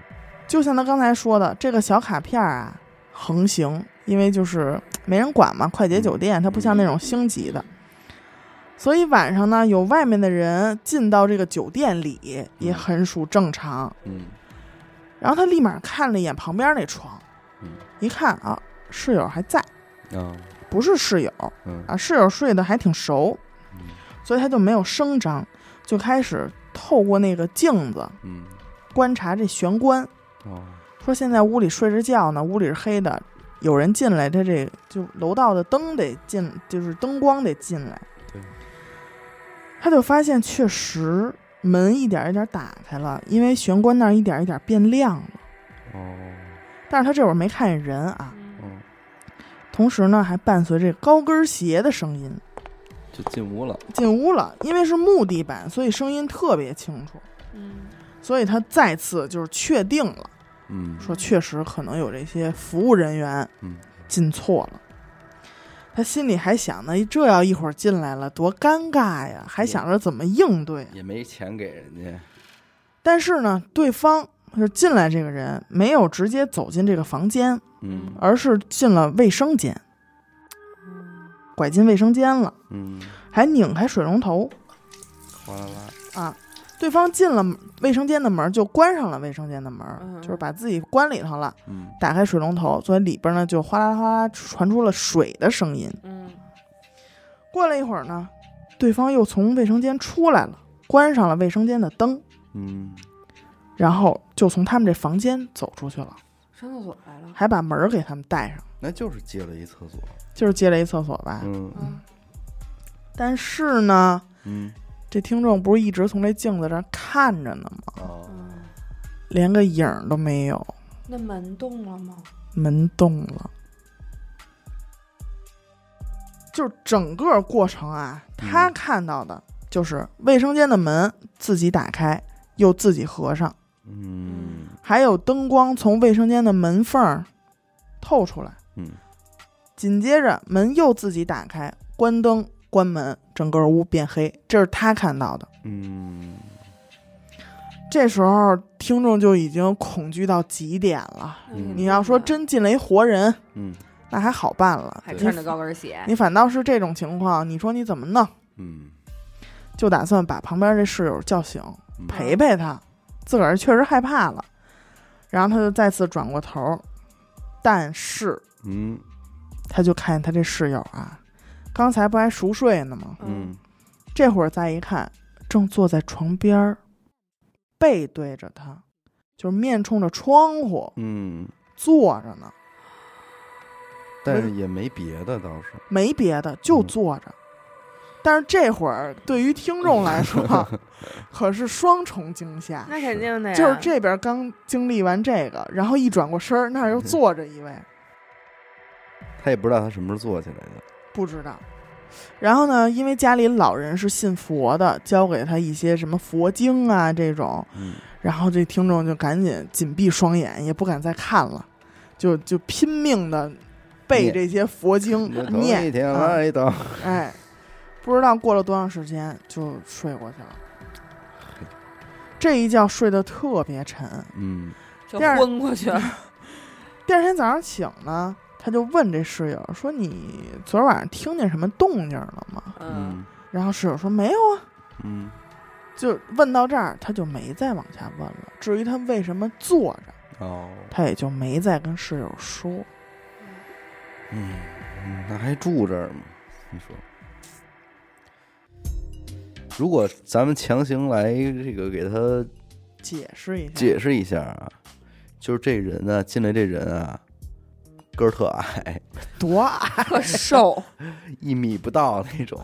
B: 就像他刚才说的，这个小卡片儿啊，横行，因为就是嘖没人管嘛，快捷酒店它不像那种星级的，所以晚上呢有外面的人进到这个酒店里也很属正常。
A: 嗯
B: 然后他立马看了一眼旁边那床，
A: 嗯
B: 一看啊，室友还在，
A: 啊
B: 不是室友
A: 嗯
B: 啊，室友睡得还挺熟，
A: 嗯
B: 所以他就没有声张，就开始透过那个镜子
A: 嗯
B: 观察这玄关。
A: 哦
B: 说现在屋里睡着觉呢，屋里是黑的，有人进来，他这就楼道的灯得进，就是灯光得进来。
A: 对，
B: 他就发现确实门一点一点打开了，因为玄关那儿一点一点变亮了。
A: 哦
B: 但是他这会儿没看见人啊，
A: 哦，
C: 嗯
B: 同时呢还伴随这高跟鞋的声音
A: 就进屋了，
B: 进屋了，因为是木地板，所以声音特别清楚。
C: 嗯
B: 所以他再次就是确定了，
A: 嗯
B: 说确实可能有这些服务人员
A: 嗯
B: 进错了。他心里还想呢，这要一会儿进来了多尴尬呀，还想着怎么应对。
A: 也没钱给人家，
B: 但是呢，对方就是进来这个人没有直接走进这个房间，
A: 嗯
B: 而是进了卫生间，
C: 嗯
B: 拐进卫生间了，
A: 嗯，
B: 还拧开水龙头
A: 哗啦啦，
B: 啊。对方进了卫生间的门，就关上了卫生间的门，
C: 嗯
B: 就是把自己关里头了。
A: 嗯
B: 打开水龙头，所以里边呢就哗啦哗啦传出了水的声音。
C: 嗯
B: 过了一会儿呢，对方又从卫生间出来了，关上了卫生间的灯，
A: 嗯
B: 然后就从他们这房间走出去了，
C: 上厕所来了，
B: 还把门儿给他们带上，
A: 那就是借了一厕所，
B: 就是接了一厕所吧。
A: 嗯
C: 嗯
B: 但是呢，
A: 嗯
B: 这听众不是一直从这镜子这儿看着呢吗？
A: 哦
C: 嗯，
B: 连个影儿都没有。
C: 那门动了吗？
B: 门洞了。就是整个过程啊，他
A: 嗯
B: 看到的就是卫生间的门自己打开又自己合上，
A: 嗯
B: 还有灯光从卫生间的门缝儿透出来，
A: 嗯，
B: 紧接着门又自己打开，关灯关门，整个屋变黑，这是他看到的。
A: 嗯，
B: 这时候听众就已经恐惧到极点了。
A: 嗯
B: 你要说真进来一活人，
A: 嗯
B: 那还好办了，
C: 还
A: 对
C: 穿着高跟鞋，
B: 你反倒是这种情况，你说你怎么弄？
A: 嗯，
B: 就打算把旁边这室友叫醒，
A: 嗯
B: 陪陪他。自个儿确实害怕了，然后他就再次转过头，但是
A: 嗯
B: 他就看见他这室友啊，刚才不还熟睡呢吗？
A: 嗯，
B: 这会儿再一看，正坐在床边儿，背对着他，就是面冲着窗户
A: 嗯，
B: 坐着呢，
A: 但是也没别的倒是，
B: 没别的，就
A: 嗯
B: 坐着。但是这会儿对于听众来说，可是双重惊吓。
C: 那肯定哎的呀，
B: 就是这边刚经历完这个，然后一转过身儿，那儿又坐着一位，
A: 他也不知道他什么时候做起来的。
B: 不知道。然后呢，因为家里老人是信佛的，教给他一些什么佛经啊这种，
A: 嗯
B: 然后这听众就赶紧紧闭双眼，也不敢再看了，就就拼命的背
A: 念
B: 这些佛经
A: 那头一
B: 念，
A: 天
B: 啊
A: 来到，
B: 哎，不知道过了多长时间就睡过去了。这一觉睡得特别沉，
A: 嗯
C: 就
B: 第二
C: 昏过去了，
B: 嗯第二天早上醒呢，他就问这室友说：“你昨儿晚上听见什么动静了吗
C: 嗯
A: 嗯？”
B: 然后室友说：“没有啊。
A: 嗯，”
B: 就问到这儿，他就没再往下问了。至于他为什么坐着，
A: 哦，
B: 他也就没再跟室友说。
A: 嗯，嗯那还住这儿吗？你说，如果咱们强行来这个给他
B: 解释一下，
A: 解释一下啊，就是这人啊，进来这人啊，个啊儿特矮，
B: 多啊矮？
C: 特瘦。
A: 一米不到那种，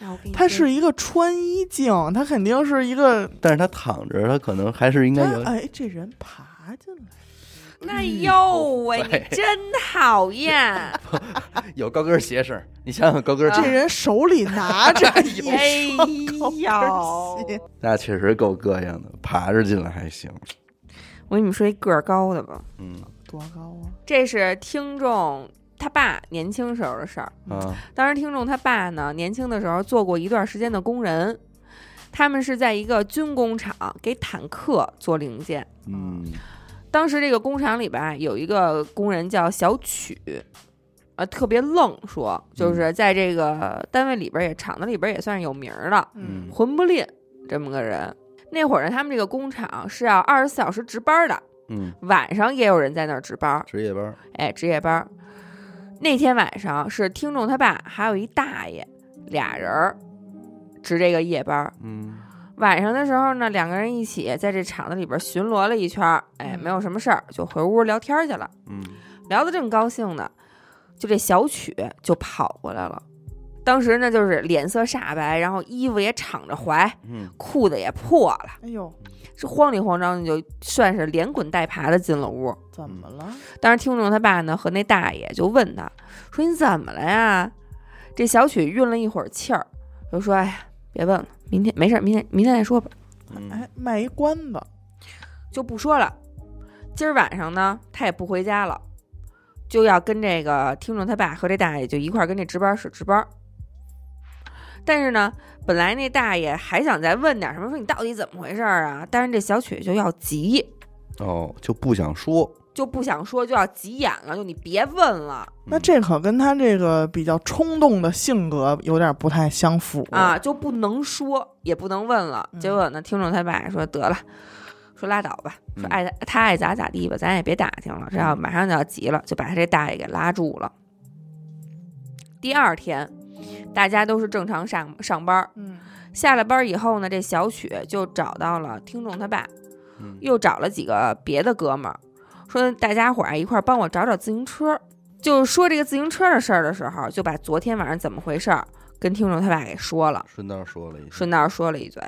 C: 那我跟你
B: 他
C: 说
B: 是一个穿衣镜，他肯定是一个。
A: 但是他躺着，他可能还是应该
B: 他
A: 有。
B: 哎，这人爬进来，
C: 那呦喂，
B: 嗯
A: 哎
C: 你真讨 厌！
A: 有高跟鞋声儿，你想想高跟
B: 这
A: 鞋，
B: 人手里拿着一
C: 哎
B: 双高跟
C: 呦
B: 鞋，
A: 那确实够膈应的，爬着进来还行。
C: 我跟你们说一个儿高的吧，
A: 嗯
B: 多高啊？
C: 这是听众他爸年轻时候的事儿。
A: 啊，
C: 当时听众他爸呢，年轻的时候做过一段时间的工人，他们是在一个军工厂给坦克做零件。
A: 嗯
C: 当时这个工厂里边啊有一个工人叫小曲，呃，特别愣说，就是在这个单位里边也厂子里边也算是有名儿的，
A: 嗯
C: 混不吝这么个人。那会儿呢，他们这个工厂是要二十四小时值班的，
A: 嗯，
C: 晚上也有人在那儿值班，
A: 值夜班儿，
C: 哎，值夜班。那天晚上是听众他爸还有一大爷，俩人儿值这个夜班。
A: 嗯
C: 晚上的时候呢，两个人一起在这厂子里边巡逻了一圈儿，哎，
B: 嗯
C: 没有什么事儿，就回屋聊天去了。
A: 嗯
C: 聊得正高兴呢，就这小曲就跑过来了。当时呢，就是脸色煞白，然后衣服也敞着怀，
A: 嗯
C: 裤子也破了，
B: 哎呦，
C: 这慌里慌张的就算是连滚带爬的进了屋。
B: 怎么了？
C: 当时听众他爸呢和那大爷就问他说：“你怎么了呀？”这小曲运了一会儿气儿，就说：“哎呀，别问了，明天没事儿，明天明天再说吧。”
A: 嗯
B: 哎，卖一关子，
C: 就不说了。今儿晚上呢，他也不回家了，就要跟这个听众他爸和这大爷就一块儿跟这值班室值班。但是呢，本来那大爷还想再问点什么，说你到底怎么回事儿啊？但是这小曲就要急，
A: 哦，就不想说。
C: 就不想说，就要急眼了，就你别问了
B: 那这可跟他这个比较冲动的性格有点不太相符
C: 啊，。就不能说，也不能问了。
B: 嗯
C: 结果呢，听众他爸说得了，说拉倒吧，
A: 嗯
C: 说爱咋他爱咋咋地吧，咱也别打听了，这要马上就要急了，就把他这大爷给拉住了。第二天，大家都是正常上上班儿，
B: 嗯
C: 下了班儿以后呢，这小曲就找到了听众他爸，
A: 嗯
C: 又找了几个别的哥们儿，说大家伙儿啊一块儿帮我找找自行车。就说这个自行车的事儿的时候，就把昨天晚上怎么回事儿跟听众他爸给说了。
A: 顺道说了一下，
C: 顺道说了一嘴。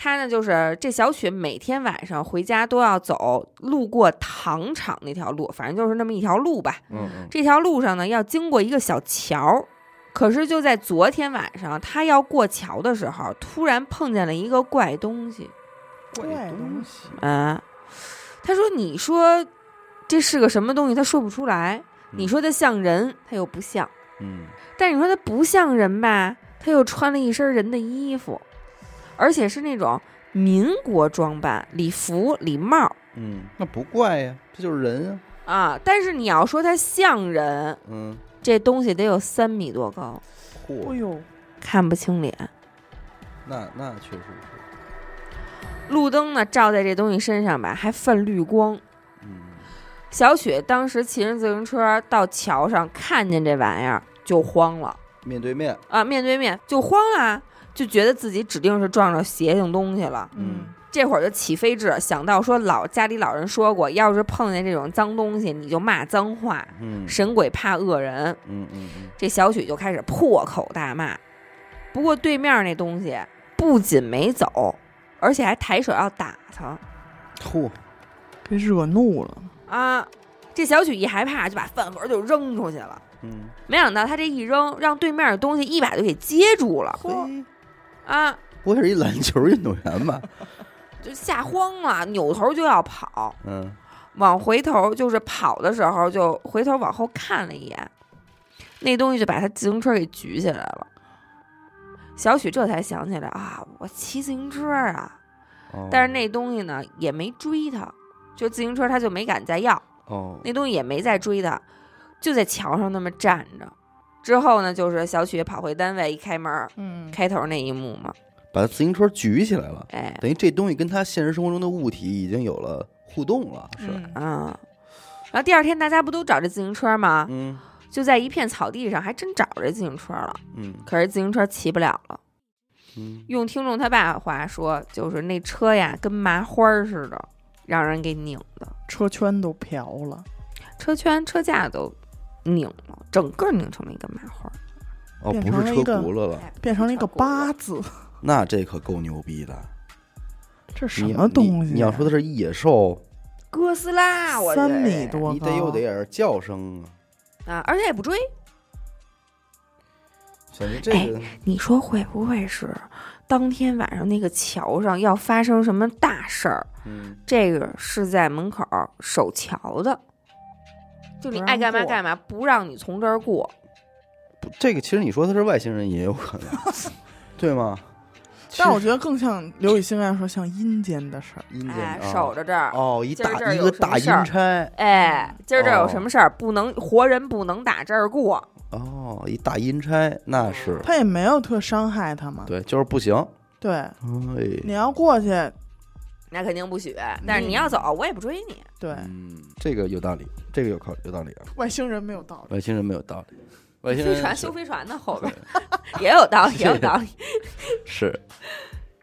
C: 他呢，就是这小雪每天晚上回家都要走路过糖厂那条路，反正就是那么一条路吧。
A: 嗯嗯
C: 这条路上呢，要经过一个小桥。可是就在昨天晚上，他要过桥的时候，突然碰见了一个怪东西。
B: 怪东西，
C: 啊，他说：“你说这是个什么东西？他说不出来。你
A: 嗯
C: 说它像人，它又不像；
A: 嗯，
C: 但你说它不像人吧，它又穿了一身人的衣服，而且是那种民国装扮，礼服、礼帽
A: 嗯，那不怪呀，这就是人啊。
C: 啊。但是你要说它像人，
A: 嗯，
C: 这东西得有三米多高，
B: 哎
A: 嚯，
B: 呦，
C: 看不清脸。
A: 那那确实是，
C: 路灯呢照在这东西身上吧，还泛绿光。
A: 嗯，
C: 小雪当时骑着自行车到桥上，看见这玩意儿就慌了。”
A: 面对面，
C: 啊，面对面就慌啦、就觉得自己指定是撞着邪性东西了。
A: 嗯
C: 这会儿就起飞智，想到说老家里老人说过，要是碰见这种脏东西，你就骂脏话，
A: 嗯
C: 神鬼怕恶人。
A: 嗯嗯嗯，
C: 这小许就开始破口大骂。不过对面那东西不仅没走，而且还抬手要打他
A: 嚯，
B: 给惹怒了，
C: 啊！这小许一害怕，就把饭盒就扔出去了。
A: 嗯，
C: 没想到他这一扔，让对面的东西一把就给接住了
A: 嘿，
C: 啊！
A: 不会是一篮球运动员 吧？
C: 就吓慌了，扭头就要跑，
A: 嗯
C: 往回头就是跑的时候就回头往后看了一眼，那东西就把他自行车给举起来了。小许这才想起来啊，我骑自行车啊，
A: 哦
C: 但是那东西呢也没追他，就自行车他就没敢再要，
A: 哦，
C: 那东西也没再追他，就在桥上那么站着。之后呢，就是小许跑回单位一开门，
B: 嗯，
C: 开头那一幕嘛，
A: 把自行车举起来了，
C: 哎，
A: 等于这东西跟他现实生活中的物体已经有了互动了，是，
B: 嗯
C: 啊。然后第二天大家不都找这自行车吗？
A: 嗯
B: 啊
C: 就在一片草地上，还真找着自行车了。
A: 嗯
C: 可是自行车骑不了了。
A: 嗯，
C: 用听众他爸话说，就是那车呀，跟麻花儿似的，让人给拧的，
B: 车圈都瓢了，
C: 车圈、车架都拧了，整个拧成了一个麻花儿。哎
A: 哦，
B: 变
A: 不
B: 成
A: 是
B: 了
A: 车
B: 一个哎
A: 轱辘了，
B: 变成了一个八字，
A: 那这可够牛逼的。
B: 这什
A: 你
B: 么东
A: 你
B: 西？啊
A: 你要说它是野兽，
C: 哥斯拉，我觉得
B: 三米多高，
A: 你得有点儿叫声啊。
C: 啊，而且也不追。
A: 小明
B: 哎
A: 这个，
C: 你说会不会是当天晚上那个桥上要发生什么大事儿？
A: 嗯，
C: 这个是在门口守桥的，就你爱干嘛干嘛，不让你从这儿过。
A: 不这个其实你说他是外星人也有可 能，对吗？
B: 但我觉得更像刘雨欣来说，像阴间的事儿。
A: 阴间
C: 哎，
A: 啊
C: 守着这儿。
A: 哦，一
C: 今儿这
A: 大
C: 儿
A: 一
C: 有
A: 个
C: 什么
A: 大阴
C: 事儿
A: 差
C: 哎，今儿这儿有
A: 哦
C: 什么事儿，不能活人不能打这儿过。
A: 哦，一大阴差那是
C: 嗯
B: 他也没有特伤害他嘛。
A: 对，就是不行。
B: 对，
A: 哎，
B: 你要过去，
C: 那肯定不许，但是你要走，我也不追你。
B: 对，
A: 嗯，这个有道理，这个有靠有道理啊。
B: 外星人没有道理。
A: 外星人没有道理，外星人
C: 飞船
A: 是
C: 修飞船呢，后边 也有道理，也有道理。
A: 是。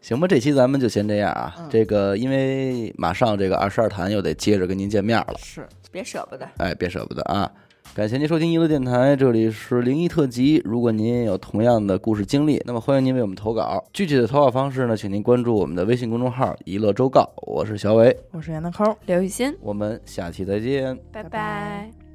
A: 行吧，这期咱们就先这样啊。
B: 嗯
A: 这个因为马上这个二十二谈又得接着跟您见面了，
B: 是，
C: 别舍不得，
A: 哎，别舍不得啊！感谢您收听娱乐电台，这里是灵异特辑。如果您也有同样的故事经历，那么欢迎您为我们投稿。具体的投稿方式呢，请您关注我们的微信公众号“娱乐周告”。我是小伟，
B: 我是闫德抠。
C: 刘雨欣，
A: 我们下期再见。
B: 拜
C: 拜拜
B: 拜。